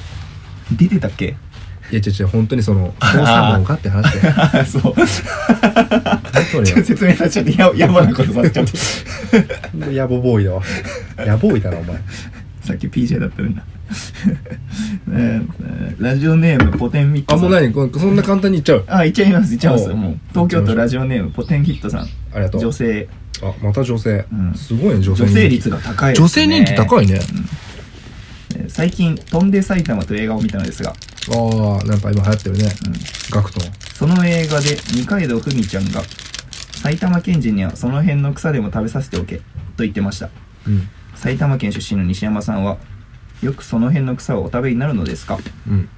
Speaker 2: 出てたっけ
Speaker 1: や違う違う本当にその捜査網かって話で
Speaker 2: あそう。
Speaker 1: 本
Speaker 2: ちょっと説明させちゃって、や、やばなことさせちゃって。
Speaker 1: 当に野暮ボーイ だわ野暮ボーイだなお前
Speaker 2: さっき PJ だったよな。 えーラジオネーム、ポテンミット
Speaker 1: あ
Speaker 2: さん。
Speaker 1: もう何これそんな簡単に言っちゃう
Speaker 2: あ、いっちゃいます、いっちゃいます。
Speaker 1: おう
Speaker 2: もう、東京都ラジオネーム、ポテンヒットさん。
Speaker 1: ありがとう
Speaker 2: 女性。
Speaker 1: あまた女性、
Speaker 2: うん
Speaker 1: すごいね女性
Speaker 2: 女
Speaker 1: 人気
Speaker 2: 性率が高い、
Speaker 1: 女性人気高
Speaker 2: い。
Speaker 1: いね
Speaker 2: えー最近、飛んで埼玉という映画を見たのですが、
Speaker 1: ああなんか今流行ってるね
Speaker 2: うん
Speaker 1: ガクト
Speaker 2: その映画で二階堂ふみちゃんが、埼玉県人にはその辺の草でも食べさせておけ、と言ってました。
Speaker 1: うん
Speaker 2: 埼玉県出身の西山さんは、よくその辺の草をお食べになるのですか
Speaker 1: うん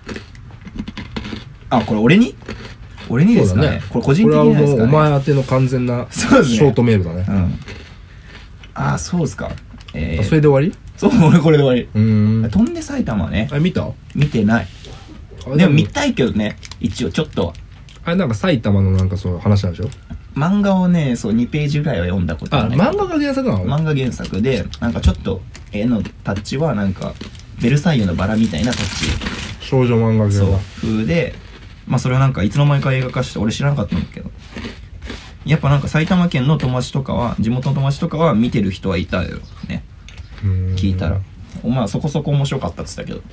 Speaker 2: あ、これ俺に俺にですかねこれ個人的
Speaker 1: こ
Speaker 2: に
Speaker 1: れは
Speaker 2: です
Speaker 1: もう
Speaker 2: か
Speaker 1: お
Speaker 2: ね
Speaker 1: 前宛ての完全なシ
Speaker 2: そうですね
Speaker 1: ョートメールだね
Speaker 2: うん。あー、そうですか。え
Speaker 1: あ
Speaker 2: ー、
Speaker 1: それで終わ
Speaker 2: そう、俺これで終わ
Speaker 1: りうー
Speaker 2: り。
Speaker 1: ん
Speaker 2: 飛んで埼玉ね、
Speaker 1: あれ見たあ
Speaker 2: 見てない。
Speaker 1: れ
Speaker 2: でも見たいけどね、一応ちょっとは。
Speaker 1: あれなんか埼玉のなんかそういう話なんでしょ
Speaker 2: 漫画をね、そう、2ページぐらいは読んだこと
Speaker 1: あ
Speaker 2: ない。
Speaker 1: 漫画が原作なの
Speaker 2: 漫画原作で、なんかちょっと、絵のタッチはなんか、ベルサイユのバラみたいなタッ
Speaker 1: 少女漫画
Speaker 2: チ。
Speaker 1: 原
Speaker 2: そう
Speaker 1: 作。
Speaker 2: 風で、まあそれはなんか、いつの間にか映画化して、俺知らなかったんだけど。やっぱなんか埼玉県の友達とかは、地元の友達とかは見てる人はいたよね。
Speaker 1: うーん
Speaker 2: 聞いたら。お前そこそこ面白かったって言ってた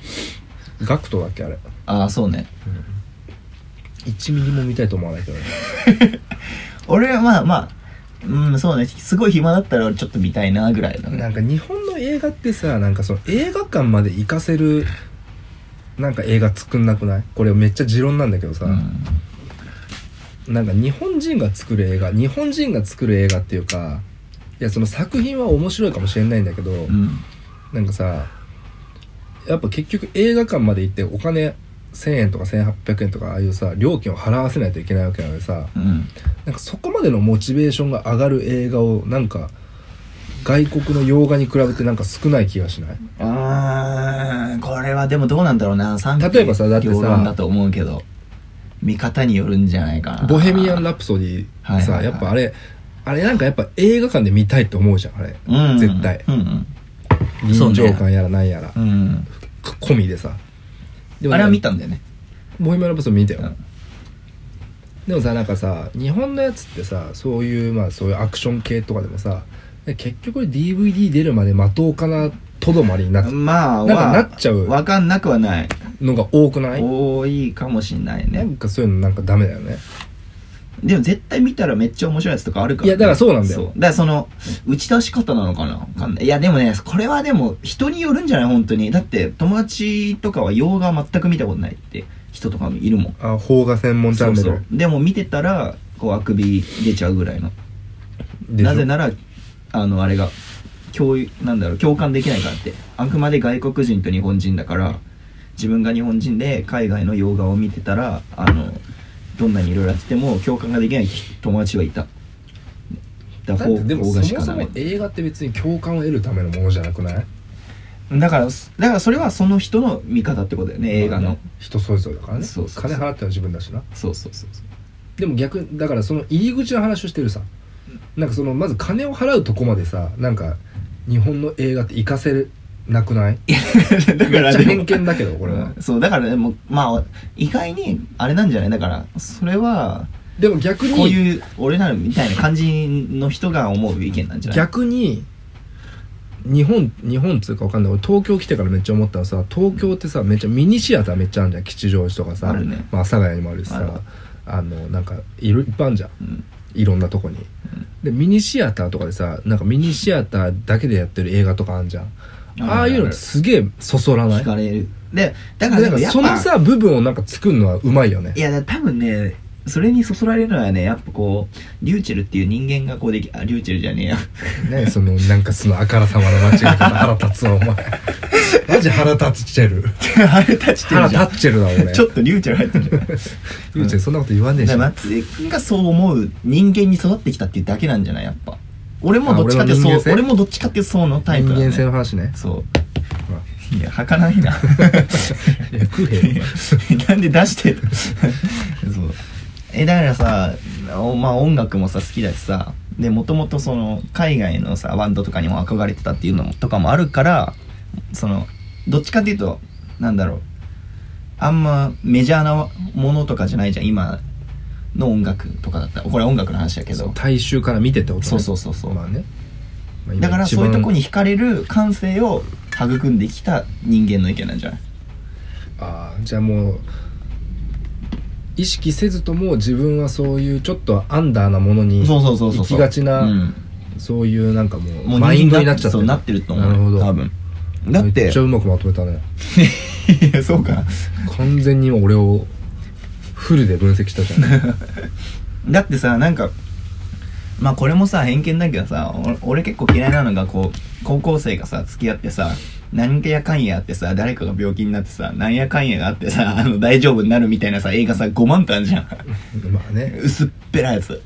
Speaker 2: けど。
Speaker 1: ガクトだっけあれ
Speaker 2: ああ、そうね。
Speaker 1: 1ミリも見たいと思わないけどね
Speaker 2: 俺はまあまあ、うん、そうね。すごい暇だったら俺ちょっと見たいなぐらいだね。
Speaker 1: なんか日本の映画ってさなんかその映画館まで行かせるなんか映画作んなくないこれめっちゃ持論なんだけどさ、
Speaker 2: うん
Speaker 1: なんか日本人が作る映画日本人が作る映画っていうかいやその作品は面白いかもしれないんだけど、
Speaker 2: うん
Speaker 1: なんかさやっぱ結局映画館まで行ってお金1,000円とか1,800円とかああいうさ料金を払わせないといけないわけなのでさ
Speaker 2: うん
Speaker 1: なんかそこまでのモチベーションが上がる映画をなんか外国の洋画に比べてなんか少ない気がしない
Speaker 2: あーこれはでもどうなんだろうな賛否
Speaker 1: 例えばさだってさ
Speaker 2: 両論だと思うけど見方によるんじゃないかな
Speaker 1: 「ボヘミアン・ラプソディ」
Speaker 2: はいはい
Speaker 1: さ
Speaker 2: はい
Speaker 1: やっぱあれあれなんかやっぱ映画館で見たいって思うじゃんあれ
Speaker 2: うん
Speaker 1: 絶対
Speaker 2: うんそう
Speaker 1: 臨
Speaker 2: ね
Speaker 1: 場感やらなんやら
Speaker 2: うん、うん
Speaker 1: 込みでさでも
Speaker 2: あ
Speaker 1: ね
Speaker 2: れは見たんだよね
Speaker 1: ボヘミアン・ラプソディ見たよ、
Speaker 2: うん
Speaker 1: でもさなんかさ日本のやつってさそういうまあそういうアクション系とかでもさ結局 DVD 出るまで待とうかなとどまりになっ
Speaker 2: まあ
Speaker 1: なんか
Speaker 2: わ
Speaker 1: なっちゃう
Speaker 2: わかんなくはない
Speaker 1: のが多くない
Speaker 2: 多いかもしんない
Speaker 1: な
Speaker 2: ね
Speaker 1: んかそういうのなんかダメだよね
Speaker 2: でも絶対見たらめっちゃ面白いやつとかあるから、
Speaker 1: いやだからそうなんだよ
Speaker 2: だからその打ち出し方なのかなわかんないいやでもねこれはでも人によるんじゃない本当にだって友達とかは洋画全く見たことないって人とかもいるもん
Speaker 1: あ邦画専門チャン
Speaker 2: そう
Speaker 1: ネ
Speaker 2: そ
Speaker 1: ル
Speaker 2: うでも見てたらこうあくび出ちゃうぐらいの
Speaker 1: でしょ
Speaker 2: なぜならあのあれが共有なんだろう共感できないからってあくまで外国人と日本人だから自分が日本人で海外の洋画を見てたらあのどんなにいろいろやってても共感ができない友達はいただ
Speaker 1: だ
Speaker 2: か
Speaker 1: っ
Speaker 2: ら
Speaker 1: てでもそ
Speaker 2: 邦画
Speaker 1: も
Speaker 2: しか
Speaker 1: そ
Speaker 2: な
Speaker 1: も
Speaker 2: い
Speaker 1: 映画って別に共感を得るためのものじゃなくない
Speaker 2: だからだからそれはその人の見方ってことだよね映画の
Speaker 1: 人それぞれだからね
Speaker 2: そうそうそう
Speaker 1: 金払ってのは自分だしな
Speaker 2: そうそうそうそう
Speaker 1: でも逆にだからその入り口の話をしてるさなんかそのまず金を払うとこまでさなんか日本の映画って活かせなくない
Speaker 2: だから
Speaker 1: めっち
Speaker 2: でも
Speaker 1: ゃ偏見だけどこれは
Speaker 2: うんそうだからでもまあ意外にあれなんじゃないだからそれは
Speaker 1: でも逆
Speaker 2: こう
Speaker 1: に
Speaker 2: いう俺ならみたいな感じの人が思う意見なんじゃない
Speaker 1: 逆に日本日本っつうかわかんない俺東京来てからめっちゃ思ったのさ東京ってさめっちゃミニシアターめっちゃあるじゃん吉祥寺とかさ
Speaker 2: あるね
Speaker 1: まあ、阿佐ヶ谷にもあるし
Speaker 2: あ
Speaker 1: さ
Speaker 2: る
Speaker 1: あのなんかいろいっぱいあるじゃん
Speaker 2: うん
Speaker 1: いろんなとこに、でミニシアターとかでさなんかミニシアターだけでやってる映画とかあんじゃん
Speaker 2: ある
Speaker 1: ああいうのってすげえそそらない
Speaker 2: 惹かれるでだか
Speaker 1: な
Speaker 2: らで
Speaker 1: ん
Speaker 2: も
Speaker 1: か
Speaker 2: やっ
Speaker 1: その
Speaker 2: ぱ
Speaker 1: さ部分をなんか作るのはうまいよね
Speaker 2: いやだ多分ねそれにそそられるのはねやっぱこうリューチェルっていう人間がこうできあリューチェルじゃねえや
Speaker 1: ねそのなんかそのあからさまな間違いとか腹立つわお前マジ腹立ちチェル
Speaker 2: あれ立ちて
Speaker 1: 腹
Speaker 2: るじゃん
Speaker 1: 立っチェルだ俺
Speaker 2: ちょっとリューチェル入ってるじゃん
Speaker 1: ゆうちゃんそんなこと言わねえし
Speaker 2: だから松井君がそう思う人間に育ってきたっていうだけなんじゃないやっぱ俺もどっちかっていうと
Speaker 1: あ俺の人間
Speaker 2: そう
Speaker 1: 性
Speaker 2: 俺もどっちかっていうとそうのタイ
Speaker 1: 人
Speaker 2: プだ、ね、
Speaker 1: 間性の話 ね
Speaker 2: そういやはかないな
Speaker 1: いや食えよ
Speaker 2: なんで出してるそうえだからさおまあ音楽もさ好きだしさでもともとその海外のさバンドとかにも憧れてたっていうのもとかもあるからそのどっちかっていうとなんだろうあんまメジャーなものとかじゃないじゃん今の音楽とかだったらこれは音楽の話だけど
Speaker 1: 大衆から見てってことね
Speaker 2: そうそうそうそう
Speaker 1: まあねまあ今
Speaker 2: だから
Speaker 1: 一
Speaker 2: そう
Speaker 1: 番
Speaker 2: いうとこに惹かれる感性を育んできた人間の意見なんじゃない
Speaker 1: ああじゃあもう意識せずとも自分はそういうちょっとアンダーなものに
Speaker 2: そうそうそうそう
Speaker 1: 行きがちな
Speaker 2: うん
Speaker 1: そういうなんかもう
Speaker 2: もう
Speaker 1: マインドに
Speaker 2: 人間
Speaker 1: なっちゃって
Speaker 2: そうなってると思う
Speaker 1: なるほど
Speaker 2: 多分だっ
Speaker 1: め
Speaker 2: て
Speaker 1: っちゃうまくまとめたね
Speaker 2: いや そうか
Speaker 1: 完全に今俺をフルで分析したじゃ ん
Speaker 2: だってさなんかまあこれもさ偏見だけどさ俺俺結構嫌いなのがこう高校生がさ付き合ってさ何やかんやあってさ誰かが病気になってさ何やかんやがあってさあの大丈夫になるみたいなさ映画さ5万とあん じゃん
Speaker 1: まあね
Speaker 2: 薄っぺらいやつ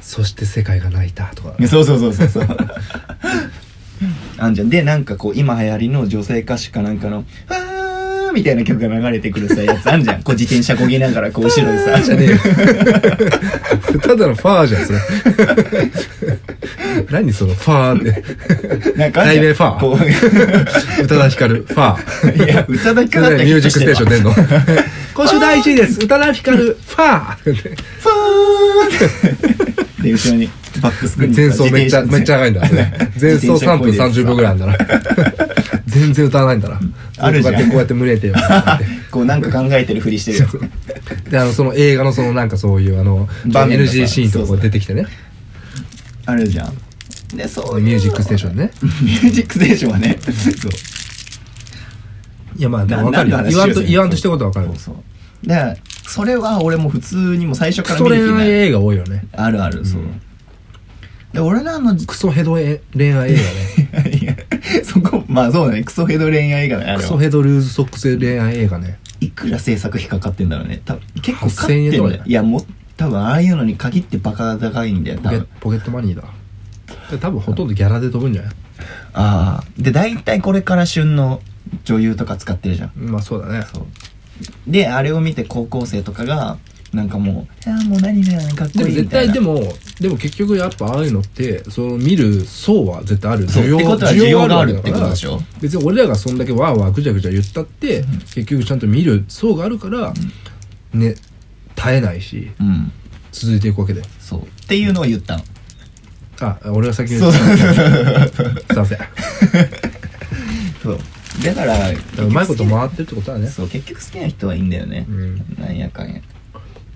Speaker 1: そして世界が泣いたとか
Speaker 2: そうそうそうそうそうあんじゃんでなんかこう今流行りの女性歌手かなんかの「あー」みたいな曲が流れてくるさやつあんじゃんこう自転車こぎながらこう後ろでさ
Speaker 1: じゃねえよ ただのファーじゃんそ れ何そのファーって
Speaker 2: なんかあんじ
Speaker 1: 題
Speaker 2: ゃん
Speaker 1: 名ファー
Speaker 2: こう
Speaker 1: 宇多田ヒカルファー
Speaker 2: いや、宇多田ヒカルだったら
Speaker 1: ミ
Speaker 2: ヒ
Speaker 1: ュージッ
Speaker 2: ット
Speaker 1: ク
Speaker 2: し
Speaker 1: ス
Speaker 2: て
Speaker 1: テ
Speaker 2: る
Speaker 1: ーション
Speaker 2: わ
Speaker 1: 出んの 今週第1位です宇多田ヒカルファ ー
Speaker 2: ファーンで、後ろにバックスクリーン
Speaker 1: 前奏めっちゃめっちゃ長いんだね前奏3分30秒ぐらいあ
Speaker 2: い。
Speaker 1: るんだな 全然歌わないんだな
Speaker 2: あるじゃん
Speaker 1: こうやってこうやって群れてよ
Speaker 2: こうなんか考えてるふりしてるやつ。
Speaker 1: であのその映画のそのなんかそういうあの
Speaker 2: 場面がさ
Speaker 1: NG シーンとかこう出てきてね
Speaker 2: あるじゃん。で、そういうの。
Speaker 1: ミュージックステーションね
Speaker 2: ミュージックステーションはね。そう。
Speaker 1: いやまあで
Speaker 2: な
Speaker 1: も分かるよ
Speaker 2: なんで
Speaker 1: 言わん
Speaker 2: 話を
Speaker 1: と
Speaker 2: する
Speaker 1: 言わんとしてることは分かる
Speaker 2: そうそうでそれは俺も普通にもう最初
Speaker 1: ク
Speaker 2: から
Speaker 1: ソ
Speaker 2: 見る
Speaker 1: 恋
Speaker 2: 気な
Speaker 1: 愛
Speaker 2: い
Speaker 1: 映画多いよね
Speaker 2: あるあるそう、
Speaker 1: うん
Speaker 2: で俺ら のい
Speaker 1: クソヘドえ恋 愛映画ね
Speaker 2: やそこまあそうだねクソヘド恋愛映画だねあ
Speaker 1: ク
Speaker 2: れ
Speaker 1: ソ
Speaker 2: は
Speaker 1: ヘドルーズソックス恋愛映画ね
Speaker 2: いくら制作費かかってんだろうね多分結構かかって
Speaker 1: 8000
Speaker 2: ん
Speaker 1: 円
Speaker 2: だ
Speaker 1: とか
Speaker 2: よ
Speaker 1: じゃない
Speaker 2: いやもう多分ああいうのに限ってバカ高いんだよ
Speaker 1: ポ
Speaker 2: 多
Speaker 1: ケ
Speaker 2: 分
Speaker 1: ポケットマニーだで多分ほとんどギャラで飛ぶんじゃない
Speaker 2: ああで大体これから旬の女優とか使ってるじゃん
Speaker 1: まあそうだね
Speaker 2: そうであれを見て高校生とかがなんかもう「ああもう何々かっ
Speaker 1: で
Speaker 2: こ
Speaker 1: も
Speaker 2: いい」み
Speaker 1: 絶
Speaker 2: たい
Speaker 1: 対
Speaker 2: な
Speaker 1: でもでも結局やっぱああいうのってその見る層は絶対ある
Speaker 2: そうってことは需要があるってことでし
Speaker 1: 需要があるわけだか
Speaker 2: ょ
Speaker 1: ら別に俺らがそんだけわーわーぐちゃぐちゃ言ったって、結局ちゃんと見る層があるから、ね絶えないし
Speaker 2: うん
Speaker 1: 続いていくわけで
Speaker 2: そうっていうのを言ったの
Speaker 1: あ俺が先に言
Speaker 2: そう
Speaker 1: っ
Speaker 2: そう
Speaker 1: た
Speaker 2: そう
Speaker 1: すいませ ん
Speaker 2: そうだから
Speaker 1: うまいこと
Speaker 2: も
Speaker 1: 回ってるってことだね
Speaker 2: そう結局好きな人はいいんだよね
Speaker 1: うん
Speaker 2: なんやかんや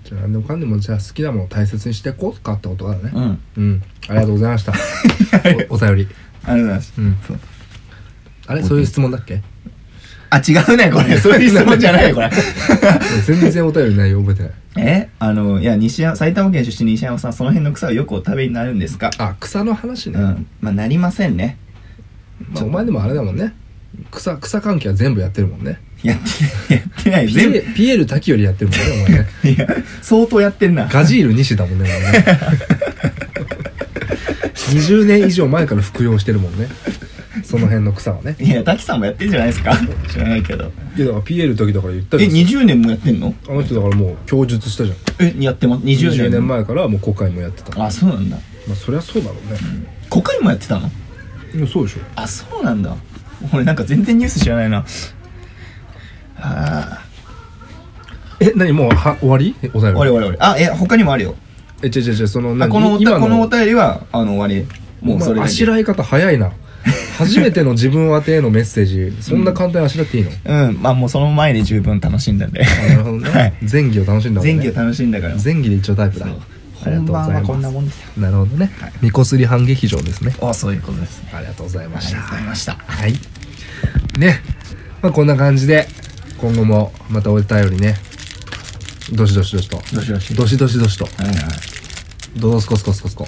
Speaker 1: じゃあ何でもかんでもじゃあ好きなものを大切にしていこうかってことだね
Speaker 2: うん
Speaker 1: うんありがとうございました おお便り
Speaker 2: ありがとうございます
Speaker 1: うん
Speaker 2: そう
Speaker 1: あれそういう質問だっけ
Speaker 2: あ違うね これそういう質問じゃないよこれ
Speaker 1: 全然お便り内容覚えてない
Speaker 2: えあのいや西山埼玉県出身の西山さんその辺の草をよくお食べになるんですか
Speaker 1: あ草の話ね、
Speaker 2: うんまあなりませんね
Speaker 1: まあ、お前でもあれだもんね草草関係は全部やってるもんね
Speaker 2: やってやってない
Speaker 1: ピエ
Speaker 2: 全部
Speaker 1: ピエール滝よりやってるもんねお 前ね
Speaker 2: いや相当やってんな
Speaker 1: ガジール西だもんねお前ね20年以上前から服用してるもんねその辺の草はね
Speaker 2: いや滝さんもやってんじゃないですか知らないけど
Speaker 1: いやだからピエール時だから言ったじ
Speaker 2: え
Speaker 1: ゃん
Speaker 2: 20年もやってんの
Speaker 1: あの人だからもう供述したじゃん
Speaker 2: えやってます20
Speaker 1: 20
Speaker 2: 年
Speaker 1: 年前からもうコカインもやってたま
Speaker 2: あそうなんだ
Speaker 1: あそりゃそうだろうね、
Speaker 2: コカインもやってたの
Speaker 1: いやそうでしょ
Speaker 2: あそうなんだ俺なんか全然ニュース知らないなあ
Speaker 1: え何もうは終わりえお便
Speaker 2: ー俺
Speaker 1: り
Speaker 2: 俺俺あえ他にもあるよ
Speaker 1: え違う違う違うその
Speaker 2: あ
Speaker 1: 何
Speaker 2: このおた
Speaker 1: 今
Speaker 2: このお便りはあの終わりもうそれ
Speaker 1: お前
Speaker 2: だ
Speaker 1: あし
Speaker 2: け
Speaker 1: らい方早いな初めての自分宛てへのメッセージそんな簡単にあしらっていいの、
Speaker 2: うんまあもうその前で十分楽しんだんで
Speaker 1: あな るほどね、
Speaker 2: はい
Speaker 1: 前儀を楽しんだもんね
Speaker 2: 前期を楽しんだから
Speaker 1: 前儀で一応タイプだ
Speaker 2: そう
Speaker 1: ありがとう
Speaker 2: 本
Speaker 1: ござい
Speaker 2: 番
Speaker 1: ま
Speaker 2: は
Speaker 1: す
Speaker 2: こんなもんですよ
Speaker 1: なるほどね
Speaker 2: い
Speaker 1: みこすり半劇場ですね
Speaker 2: あそういうことですね
Speaker 1: ありがとうございま
Speaker 2: あり
Speaker 1: し
Speaker 2: が
Speaker 1: た
Speaker 2: とうございました
Speaker 1: はいねまあこんな感じで今後もまたお便りねどしどしどしと
Speaker 2: どしどし
Speaker 1: どしどしどしと
Speaker 2: はいはい
Speaker 1: どどすこすこすこすこ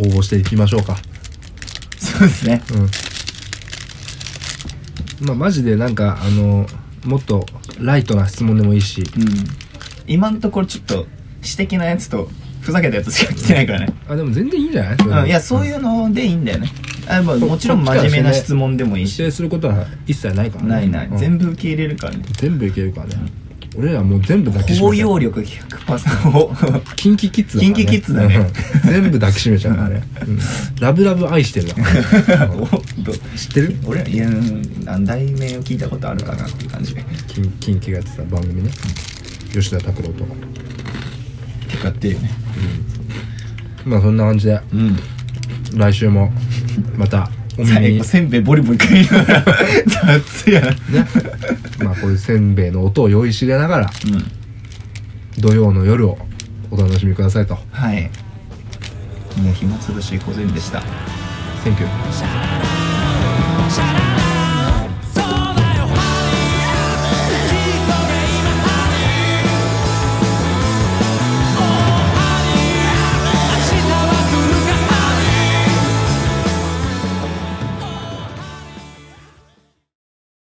Speaker 1: 応募していきましょうか
Speaker 2: そうですね
Speaker 1: うんまあマジでなんかあのもっとライトな質問でもいいし
Speaker 2: うん今のところちょっと私的なやつとふざけたやつしか来てないからね
Speaker 1: あでも全然いいんじゃない、
Speaker 2: うんいやそう
Speaker 1: う
Speaker 2: いうのでいいんだよねあまあもちろん
Speaker 1: こ
Speaker 2: 真
Speaker 1: っちから
Speaker 2: 面目な質問でもいい
Speaker 1: 否
Speaker 2: し
Speaker 1: 定することは一切ないからね
Speaker 2: ないない
Speaker 1: うん
Speaker 2: 全部受け入れるからね
Speaker 1: 全部いけるからね俺らもう全部抱きし
Speaker 2: 包
Speaker 1: めちゃう
Speaker 2: 容力100%を
Speaker 1: キンキキッズだから、
Speaker 2: キンキキッズだね
Speaker 1: うん全部抱きしめちゃうからね、うんラブラブ愛して るだからね、うん
Speaker 2: おど
Speaker 1: 知ってる
Speaker 2: 俺いやうんあ題名を聞いたことあるかなっていう感じて
Speaker 1: キンキンキがやってた番組ね吉田拓郎とか
Speaker 2: かっていうね
Speaker 1: まあそんな感じで
Speaker 2: うん
Speaker 1: 来週もまたお耳
Speaker 2: 最
Speaker 1: に
Speaker 2: 後せんべいボリボリ食いながら雑やな
Speaker 1: ね、まあこういうせんべいの音を用意しれながら
Speaker 2: うん
Speaker 1: 土曜の夜をお楽しみくださいと
Speaker 2: はいもう暇つぶし午前でした
Speaker 1: Thank you
Speaker 3: Shut up.